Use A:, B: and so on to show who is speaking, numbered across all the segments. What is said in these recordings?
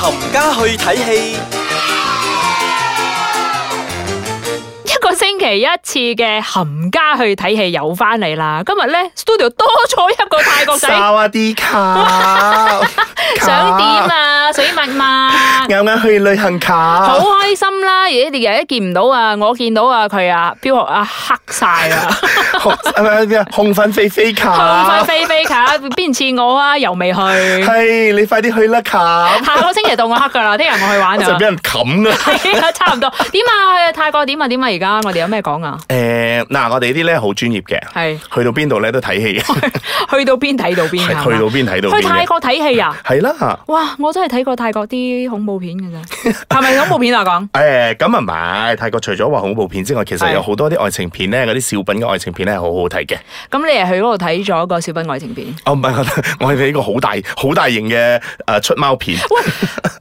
A: 冚家去睇戲，
B: 一個星期一次嘅冚家去睇戲又翻嚟啦！今日咧 studio 多咗一個泰國 仔，
C: 沙瓦迪 卡，啊
B: 想點啊？水蜜 嘛，
C: 啱啱去旅行
B: 好
C: 卡，
B: 開心啦！而家你日日見唔到啊，我見到啊佢啊，彪學啊黑晒 啊，
C: 紅係咪咩啊紅粉肥肥
B: 咁快
C: 卡，
B: 飛飛卡，邊似我啊？又未去，
C: 啊係你快啲去啦卡，
B: 下個星期到我黑噶啦，聽日我去玩
C: 我就
B: 啊
C: 俾！人冚啦。
B: 係啊，差唔多。點啊？去泰國點啊？點啊？而家我哋有咩講啊？
C: 誒嗱，我哋呢啲咧好專業嘅，
B: 係
C: 去到邊度咧都睇 戲嘅，
B: 去到邊睇到邊
C: 係
B: 啊？
C: 去到邊睇到邊
B: 去泰
C: 嘅，
B: 國睇戲啊！
C: 係啦。
B: 哇！我真係睇過泰國啲恐怖片嘅咋，係咪恐怖片啊？講
C: 誒咁啊唔係，泰國除咗話恐怖片之外，其實
B: 係
C: 有好多啲愛情片咧，嗰啲小品嘅愛情片咧，好好睇嘅。
B: 咁你係去嗰度睇咗個小品愛情 片？
C: 哦，唔係，我係睇一個好大好大型嘅誒出 貓片。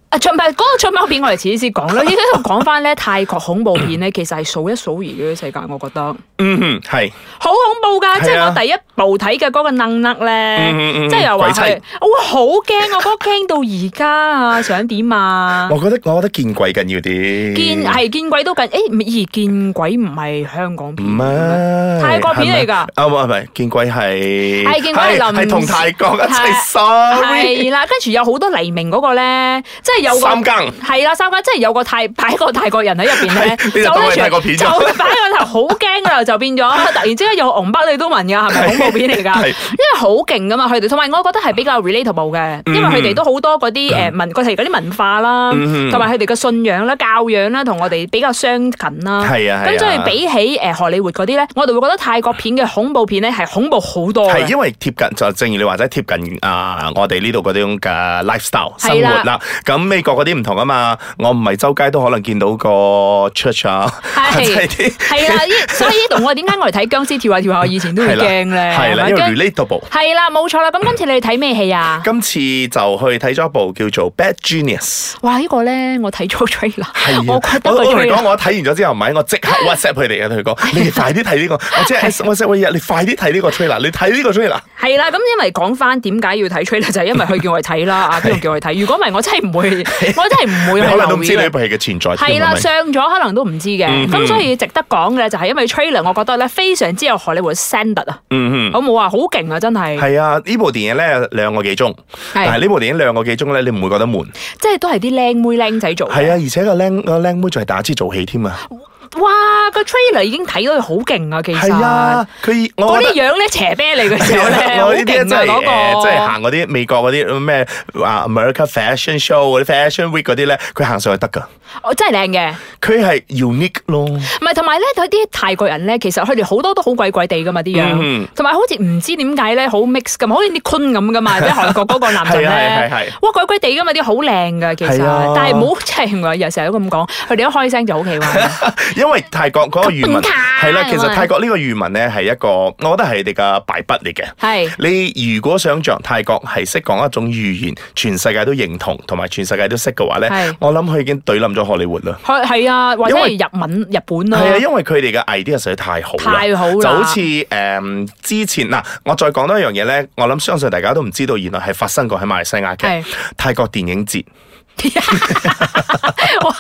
B: 啊，長拍嗰個長跑片我哋遲啲先 講啦。依家喺度講翻咧，泰國恐怖片咧其實係數一數二嘅世界，我覺得
C: 嗯哼，係。
B: 好恐怖㗎！即係
C: 係啊
B: 我第一部睇嘅嗰個楞楞咧
C: 嗯嗯，嗯
B: 即係又話
C: 鬼
B: 係
C: 妻，
B: 我好驚啊！嗰個驚到而家啊，想 點啊？
C: 我覺得我覺得見鬼緊要啲。
B: 見係見鬼都緊，誒唔而見鬼唔係香港
C: 唔
B: 片。
C: 係
B: 泰國片嚟㗎
C: 係咪啊唔係唔係，見鬼係
B: 係見鬼係臨
C: 係同泰國一
B: 係
C: 齊 sorry
B: 係啦，跟住有好多黎明嗰個咧，即係有個
C: 三更
B: 係啦，三間即係有個泰 擺個泰國人喺入邊咧，
C: 係你就當佢
B: 咧
C: 泰國片啊
B: 就
C: 咗
B: 擺個頭好驚㗎啦，就變咗突然之間有紅北你都問㗎，係咪 恐怖片嚟㗎？
C: 係
B: 因為好勁㗎嘛，佢哋同埋我覺得係比較 relatable 嘅，因為佢哋都好多嗰啲誒文，佢哋嗰啲文化啦，
C: 嗯
B: 同埋佢哋嘅信仰啦、教養啦，同我哋比較相近啦。
C: 係啊係啊
B: 咁所以比起誒荷里活嗰啲咧，我哋會覺得泰國片嘅恐怖片咧係恐怖好多
C: 係
B: 嘅。
C: 因為貼近就正如你話齋貼近啊我哋呢度嗰種嘅 lifestyle 生
B: 係啦
C: 活啦，咁美國嗰啲唔同啊嘛，我唔係周街都可能見到個 church 啊，
B: 係
C: 即係啲
B: 係 啦，依所以呢度我點解我哋睇僵屍跳下跳下，我以前都會
C: 係啦
B: 驚咧，
C: 係啦，
B: 咪
C: 因為
B: 跟
C: relatable。
B: 係啦，冇錯啦。咁今次你哋睇咩戲啊？
C: 今次就去睇咗一部叫做《Bad Genius》。
B: 哇！呢個咧，我睇咗 trailer，
C: 係
B: 我哎
C: 啊
B: 覺，得
C: 我
B: 個
C: 我同你講，
B: trailer
C: 我睇完咗之後，唔係我即刻 WhatsApp 佢哋嘅，啊同佢講，你哋快 啲睇呢個，我即係 WhatsApp 我日，你快啲睇呢個 trailer，你睇呢個 trailer，
B: 係啦。咁因為講翻點解要睇 trailer，就係因為佢叫我哋睇啦，啊阿邊個叫我哋睇？如果唔係，我真係唔會， 我真係唔會
C: 你
B: 去
C: 可能都
B: 留
C: 唔
B: 意
C: 知呢
B: 嘅。
C: 部戲嘅存在
B: 係
C: 添。係
B: 啦，
C: 咪
B: 上咗可能都唔知嘅，
C: 嗯
B: 咁所以值得講嘅就係因為 trailer，我覺得咧非常之有荷里活 standard 啊，
C: 嗯
B: 好冇啊，好勁啊，真
C: 嗯，
B: 係，
C: 係啊，呢部電影咧兩個幾鐘，但係
B: 係
C: 呢部電影兩個幾鐘咧，你唔會覺得悶。
B: 即係都係啲靚妹靚仔做嘅。
C: 係啊，而且個靚個靚妹仲係打支做戲添啊。
B: 哇！個 trailer 已經睇到佢好勁啊，其實。
C: 係啊，佢我
B: 嗰
C: 覺
B: 啲
C: 得。
B: 樣咧斜啤嚟嘅時候咧，好
C: 我呢啲真
B: 勁啊
C: 係
B: 嗰
C: 誒，即係
B: 個。
C: 行嗰啲美國嗰啲咩啊 America Fashion Show 嗰啲 Fashion Week 嗰啲咧，佢行上去得㗎。
B: 哦，真係靚嘅，
C: 佢係 unique 咯。
B: 唔係同埋咧，佢啲泰國人咧，其實佢哋好多都好鬼鬼地噶嘛啲樣
C: 嗯，
B: 同埋好似唔知點解咧，好 mix 咁，好似啲 kun 咁噶 嘛，即係韓國嗰個男仔
C: 係係係
B: 咧
C: 係，
B: 哇鬼鬼地噶嘛啲好靚噶其實
C: 係啊，
B: 但係唔好即 係我又成日都咁講，佢哋一開聲就好奇怪，
C: 因為泰 國嗰個漁民
B: 咁變態
C: 係啦，其實
B: 喂
C: 泰國呢個漁民咧係一個，我覺得係你哋嘅敗筆嚟嘅。
B: 係
C: 你如果想像泰國係識講一種語言，全世界都認同，同埋全世界都識嘅話咧
B: 係，
C: 我諗佢已經對冧咗荷里活啦。
B: 佢係啊，或者
C: 因
B: 係
C: 為
B: 日文日本
C: 係啊，
B: 咯，
C: 因為佢哋嘅 idea 實在太好啦，
B: 太好啦
C: 就好似誒、嗯之前嗱，我再講多一樣嘢咧，我諗相信大家都唔知道，原來係發生過喺馬來西亞嘅
B: 係
C: 泰國電影節。
B: 哇！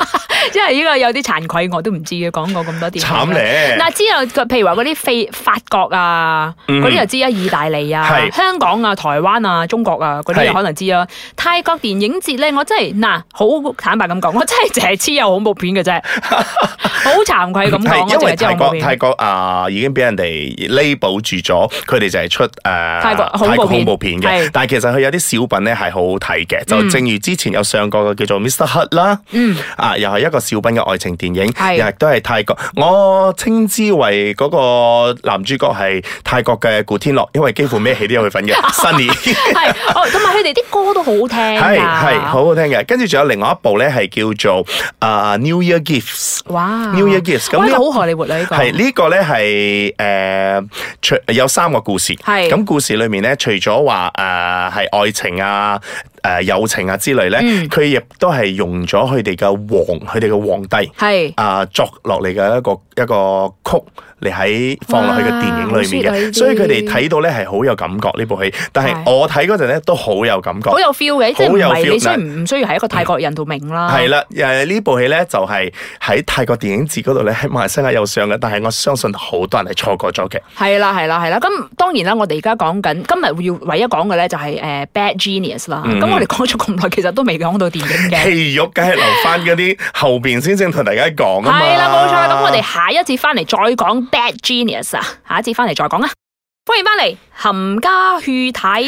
B: 因為呢個有啲慚愧，我都唔知嘅講過咁多電影
C: 慘咧
B: 嗱，之後譬如話嗰啲非法國啊，
C: 嗯
B: 嗰啲就知啊，意大利啊、
C: 係
B: 香港啊、台灣啊、中國啊嗰啲就
C: 係
B: 可能知啊。泰國電影節咧，我真係嗱，好坦白咁講，我真係淨係知有恐怖片嘅 啫，好慚愧咁講，
C: 係
B: 我
C: 因
B: 淨
C: 為
B: 係知有
C: 泰
B: 恐怖
C: 國泰
B: 片。
C: 國啊、已經俾人哋 label 住咗，佢哋就係出誒、呃
B: 泰國恐怖片
C: 國恐怖片
B: 係
C: 嘅。但係其實佢有啲小品咧係好好睇嘅，就正如之前有上過嘅叫做 Mr. Hut 啦，
B: 嗯，
C: 啊又係一個小品嘅愛情電
B: 係
C: 影，亦都係泰國。我稱之為嗰個男主角係泰國嘅古天樂，因為幾乎咩戲都有佢份 嘅 Sunny。
B: 係哦，同埋佢哋啲歌都好好聽啊㗎
C: 係係好好聽嘅，跟住仲有另外一部咧係叫做啊、New Year Gifts。
B: 哇
C: New Year Gifts，咁
B: 哇
C: 呢
B: 好荷里活啊啦呢個
C: 係呢個咧係誒，除有三個故事。
B: 係
C: 咁故事裏面咧，除咗話誒係愛情啊、誒友情啊之類咧，
B: 嗯
C: 佢亦都係用咗佢哋嘅皇，佢哋嘅皇帝
B: 係
C: 啊作落嚟嘅一個一個曲嚟喺放落去嘅電影裏
B: 哇好 sweet 啊呢
C: 面
B: 啲
C: 嘅，所以佢哋睇到咧係好有感覺呢部戲。但係
B: 係
C: 我睇嗰陣咧都好有感覺
B: 好。有 feel 嘅，即係唔
C: 好有
B: 係
C: feel，
B: 你需唔唔需要係一個泰國人同明啦？
C: 係啦，誒呢部戲咧就係喺泰國電影節嗰度咧喺馬來西亞有上嘅，但係我相信好多人係錯過咗嘅。
B: 係啦，係啦，係啦。咁當然啦，我哋而家講緊今日要唯一講嘅咧就係誒 Bad Genius 啦。
C: 嗯
B: 咁我哋講咗咁耐，其實都未講到電影嘅。
C: 戲肉 梗係留翻嗰啲後邊先正同大家講啊嘛。
B: 係啦，冇錯。咁我哋下一節翻嚟再講 Bad Genius 啊，下一節翻嚟再講啊。歡迎翻嚟，冚家去睇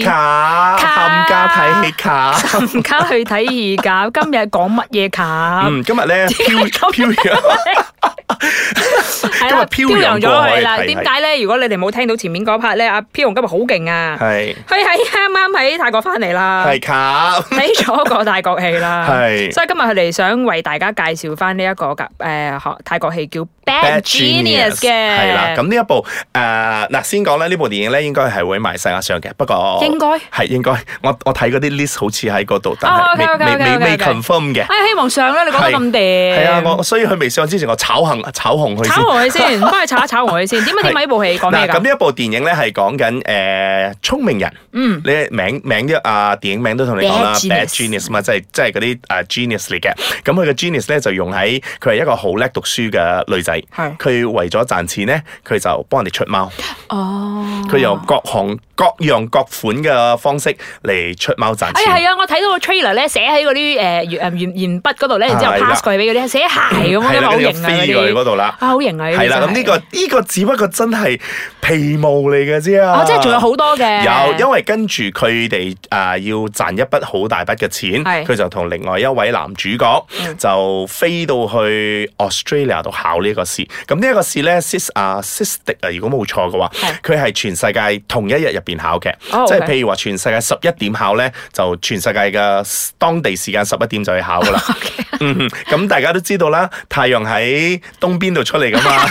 B: 戲，
C: 卡
B: 卡
C: 冚家睇戲卡。
B: 冚家去睇戲㗎。今日講乜嘢㗎？
C: 嗯，今日 咧飄飄
B: 係啦，
C: 今
B: 飄
C: 日飄
B: 揚
C: 揚
B: 咗
C: 過
B: 佢啦。
C: 係係
B: 點解咧？如果你哋冇聽到前面嗰 part 咧，阿飄揚今日好勁啊！
C: 係
B: 佢喺啱啱喺泰國翻嚟啦。
C: 係卡
B: 睇咗個泰國戲啦，
C: 係
B: 所以今日佢哋想為大家介紹翻呢一個嘅誒學泰國戲叫 Bad
C: Bad
B: Genius 嘅，
C: 係啦。咁呢一部誒嗱，先講咧，呢部電影咧應該係會賣世界上嘅，不過
B: 應該
C: 係應該我我睇嗰啲 list 好似喺嗰度，但
B: 哦
C: 係未
B: OK，OK，OK，
C: 未未未
B: OK
C: confirm 嘅。
B: 哎希望上啦，你講得咁掂，
C: 係啊，我所以佢未上之前，我炒行炒紅佢
B: 炒
C: 先。
B: 紅佢 先，幫佢炒一炒紅佢先。點解點解呢部戲講咩
C: 嗱，咁
B: 㗎？
C: 呢一部電影咧係講緊誒聰明人。
B: 嗯，
C: 你名名啲啊電影名都同你講啦
B: Bad
C: ，bad
B: Genius
C: genius 嘛，即係即係嗰啲啊 genius 嚟嘅。咁佢嘅 genius 咧就用喺佢係一個好叻讀書嘅女仔，
B: 係啊
C: 佢為咗賺錢咧，佢就幫人哋出貓，
B: 哦，
C: 佢用各行各樣各款嘅方式嚟出貓賺
B: 哎呀，
C: 錢。
B: 係啊！我睇到個 trailer 咧，寫喺嗰啲誒鉛誒鉛鉛筆嗰度咧，然之後
C: 係啦
B: pass 過去俾嗰啲寫鞋咁樣，
C: 係啦，
B: 好
C: 跟住
B: 型啊
C: 飛過
B: 嗰
C: 去嗰
B: 啲，
C: 度啦。
B: 啊好型啊！
C: 係啦，咁呢個呢個只不過真係皮毛嚟嘅啫啊！
B: 哦，即係仲有好多嘅，
C: 有，因為跟住佢哋啊要賺一筆好大筆嘅錢，
B: 係
C: 佢就同另外一位男主角
B: 嗯
C: 就飛到去 Australia 度考呢一個試。咁呢一個試咧，Sis 啊 Sistik 啊，如果冇錯嘅話
B: 係，
C: 佢係全世界同一日入邊考嘅，
B: 哦
C: 即係
B: OK
C: 譬如話全世界十一點考咧，就全世界嘅當地時間十一點就去考噶啦。 嗯哼咁大家都知道啦，太陽喺東邊度出嚟噶 嘛。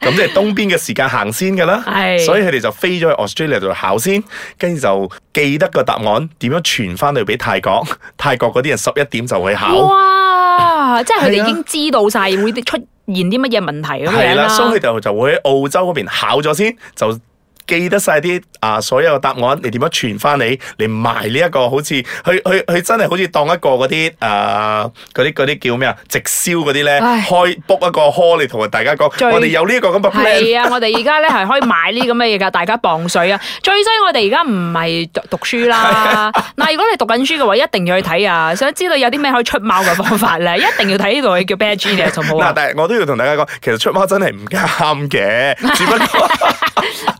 C: 咁即係東邊嘅時間行先㗎啦
B: 啊係，
C: 所以佢哋就飛咗去 Australia 度考先，跟住就記得個答案點樣傳翻去俾泰國，泰國嗰啲人十一點就去考，
B: 哇！即係佢哋
C: 係啊
B: 已經知道晒會出現啲乜嘢問題咁啊
C: 係
B: 樣
C: 啦，
B: 啦。
C: 所以佢哋就會喺澳洲嗰邊考咗先，就記得晒啲啊所有嘅答案，你點樣傳翻你嚟埋呢一個好似佢佢佢真係好似當一個嗰啲啊嗰啲嗰啲叫咩啊直銷嗰啲咧，
B: 唉
C: 開 book 一個 call 嚟同大家講，
B: 最
C: 我哋有呢一個咁嘅 plan。
B: 係啊，我哋而家咧係可以買呢啲咁嘅嘢㗎，大家磅水啊！最衰我哋而家唔係讀讀書
C: 啊
B: 啦。嗱，如果你讀緊書嘅話，一定要去睇啊！想知道有啲咩可以出貓嘅方法咧，一定要睇呢度叫 Bad Genius 好冇
C: 嗱，
B: 啊！
C: 但係我都要同大家講，其實出貓真係唔 啱嘅，只不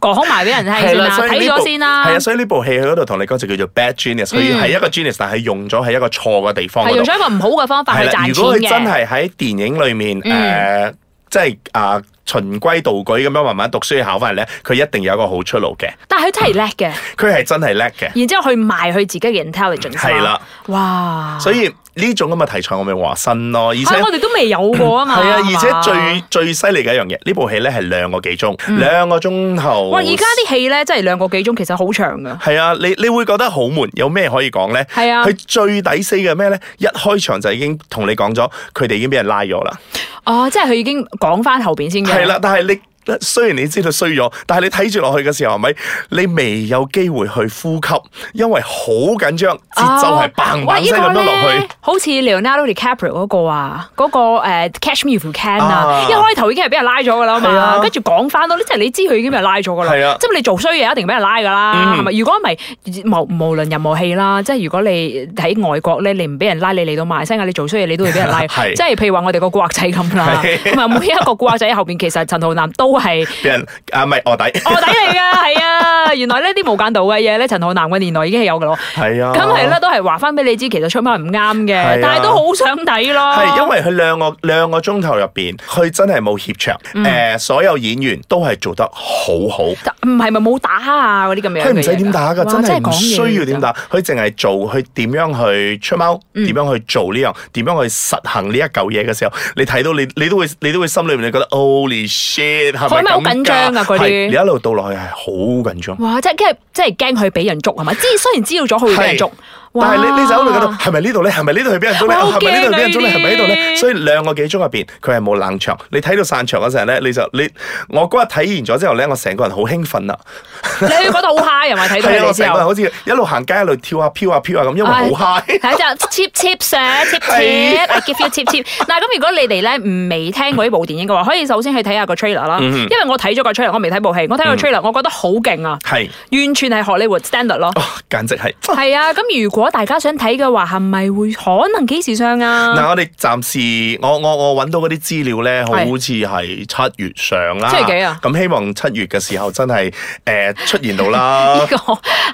C: 過
B: 講埋俾人聽先啦，
C: 所以
B: 睇
C: 呢部
B: 咗先啦
C: 係啊，，所以呢部戲佢嗰度同你講就叫做 bad genius，佢係一個 genius，但係用咗喺一個錯嘅地方
B: 係啊
C: 嗰
B: 嗯用
C: 度。
B: 咗一個唔好嘅方法
C: 係
B: 去
C: 啦，
B: 賺
C: 如果佢
B: 錢
C: 真
B: 嘅。
C: 係喺電影裏面
B: 嗯
C: 誒，即係啊循規蹈矩咁樣慢慢讀書考翻嚟咧，佢一定有一個好出路嘅。
B: 但係佢真係叻嘅，
C: 佢係真係叻嘅，
B: 然之後去賣佢自己嘅 intelligence。啊
C: 係啦，
B: 哇！
C: 所以呢種咁嘅題材我咪話新咯，而且
B: 啊係。我哋都未有過啊嘛。
C: 係啊，
B: 係嘛
C: 而且最最犀利嘅一樣嘢，呢部戲咧係兩個幾鐘，兩個鐘頭。
B: 嗯哇！而家啲戲咧，真係兩個幾鐘，其實好長噶。
C: 係啊，你你會覺得好悶，有咩可以講咧？
B: 係啊
C: 佢最抵死嘅咩咧？一開場就已經同你講咗，佢哋已經俾人拉咗啦。
B: 哦，即係佢已經講翻後邊先嘅。
C: 係啦，但係你雖然你知道衰咗，但係你睇住落去嘅時候，係咪你未有機會去呼吸，因為好緊張，
B: 哦，
C: 節奏係砰
B: 哇
C: 砰聲咁樣落。
B: 呢個
C: 去
B: 呢。好似 Leonardo DiCaprio 嗰個啊，嗰個誒 Catch Me If You Can 啊
C: 啊，
B: 一開頭已經係俾人拉咗噶啦
C: 係
B: 嘛，
C: 啊
B: 跟住講翻咯，即係你知佢已經俾人拉咗噶啦。
C: 係啊
B: 即係你做衰嘢一定俾人拉噶啦，
C: 嗯
B: 係咪？如果唔係無無論任何戲啦，即係如果你喺外國咧，你唔俾人拉，你嚟到馬來西亞你做衰嘢你都會俾人拉。
C: 係
B: 即係譬如話我哋個古惑仔咁啦，
C: 係
B: 咁啊每一個古惑仔後邊其實陳浩南都係。哦
C: 俾人啊，唔係卧底，
B: 卧底嚟噶，係啊！原來呢啲無間道嘅嘢咧，陳浩南嘅年代已經係有嘅咯。
C: 係啊，
B: 咁係咧，。都係話翻俾你知，其實出貓唔啱嘅，
C: 係啊
B: 但係都好想睇咯。
C: 係，因為佢兩個兩個鐘頭入邊，佢真係冇怯場，誒、
B: 嗯
C: 所有演員都係做得好好。
B: 唔係咪冇打啊嗰啲咁樣嘅嘢
C: 佢
B: 㗎？
C: 唔使點打噶，
B: 哇
C: 真係唔
B: 講嘢
C: 需要點打，佢淨係做佢點樣去出貓，
B: 嗯
C: 點樣去做呢樣，點樣去實行呢一嚿嘢嘅時候，你睇到你你都會你都會心裏面你覺得 Holy shit 嚇係
B: 佢咪好
C: 咁㗎
B: 緊張㗎嗰啲
C: 係你一路到落去係好緊張。
B: 哇！即係驚佢即係驚佢俾人捉係咪？知雖然知道咗佢會俾人捉，哇
C: 但係你你就喺度覺得係咪呢度咧？係咪呢度去俾人捉咧？
B: 哇好
C: 係咪呢度去俾人捉咧？
B: 驚啊
C: 係咪呢度咧？
B: 呢啲
C: 所以兩個幾鐘入邊，佢係冇冷場。你睇到散場嗰陣咧，你就你我嗰日睇完咗之後咧，我成個人好興奮啊！
B: 你會覺得好 high 係咪？睇到
C: 係啊，
B: 佢
C: 我
B: 哋
C: 成
B: 之
C: 個人
B: 後，
C: 好似一路行街一路跳下啊飄下飄下咁，因
B: 唉
C: 為好 high。
B: 睇就 cheap cheap 上 cheap
C: 係
B: cheap，I give you cheap cheap。嗱咁如果你哋咧未聽過呢部電影嘅話，可以首先去睇下個 trailer
C: 嗯
B: 啦，因為我睇咗個 trailer，我未睇部戲，我睇個 trailer，我覺得好勁啊，
C: 係，
B: 完全係荷里活 standard 咯。
C: 哦，簡直係。
B: 係啊，咁如果大家想睇嘅話，係咪會可能幾時上啊？
C: 嗱，我哋暫時我我我揾到嗰啲資料咧，好
B: 係
C: 似係七月上啦。
B: 七月幾啊
C: 咁希望七月嘅時候真係誒出現到啦
B: 呢。個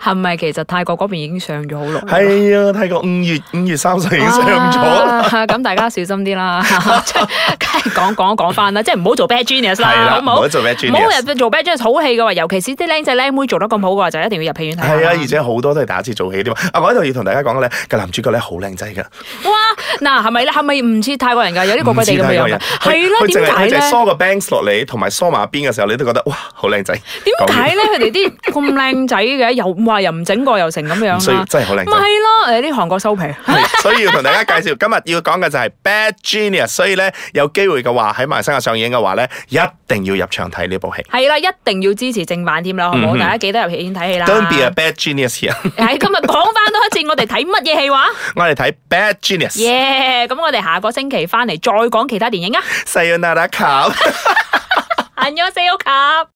B: 係咪其實泰國嗰邊已經上咗好耐？
C: 係啊，睇過五月五月三十已經上咗啦。
B: 啊咁大家小心啲 啦，即係梗係講講講翻啦，即係唔好做 bad genius
C: 係
B: 啦，好
C: 啦，
B: 唔
C: 唔
B: 好
C: 好？做咩專
B: 唔好入做 bad genius 好戲嘅話，尤其是啲僆仔僆妹做得咁好嘅話，就一定要入戲院睇下啦。
C: 係啊，而且好多都係打字做戲添嘛。啊，我喺度要同大家講嘅咧，個男主角咧好靚仔㗎，
B: 哇，嗱係咪咧？係咪唔似泰國人㗎？有啲鬼鬼地咁嘅樣㗎。
C: 佢
B: 係啦，
C: 佢淨
B: 點
C: 係
B: 解
C: 佢
B: 咧
C: 淨係？梳個 bangs 落嚟，同埋梳馬邊嘅時候，你都覺得哇，好靚仔。
B: 點解咧？佢哋啲咁靚仔嘅，又話又唔整過，又成咁
C: 講完？唔需
B: 樣
C: 要，
B: 啦。
C: 真係好
B: 咪
C: 靚仔。
B: 係咯，誒啲韓國收皮。
C: 係所以要同大家介紹，今日要講嘅就係 Bad Genius，所以咧有機會嘅話喺馬來西亞上映嘅話咧，一定要入場睇呢部戲。
B: 係啦，一定要支持正版添啦，好唔好？
C: 嗯哼
B: 大家記得入戲院睇戲啦。
C: Don't be a bad genius here，
B: 係今日講翻多一次，我哋睇乜嘢戲話？
C: 我哋睇 Bad Genius，
B: 耶！咁我哋下個星期 翻嚟再講其他電影啊！
C: 細 a 那拉卡。
B: 行咗四屋級。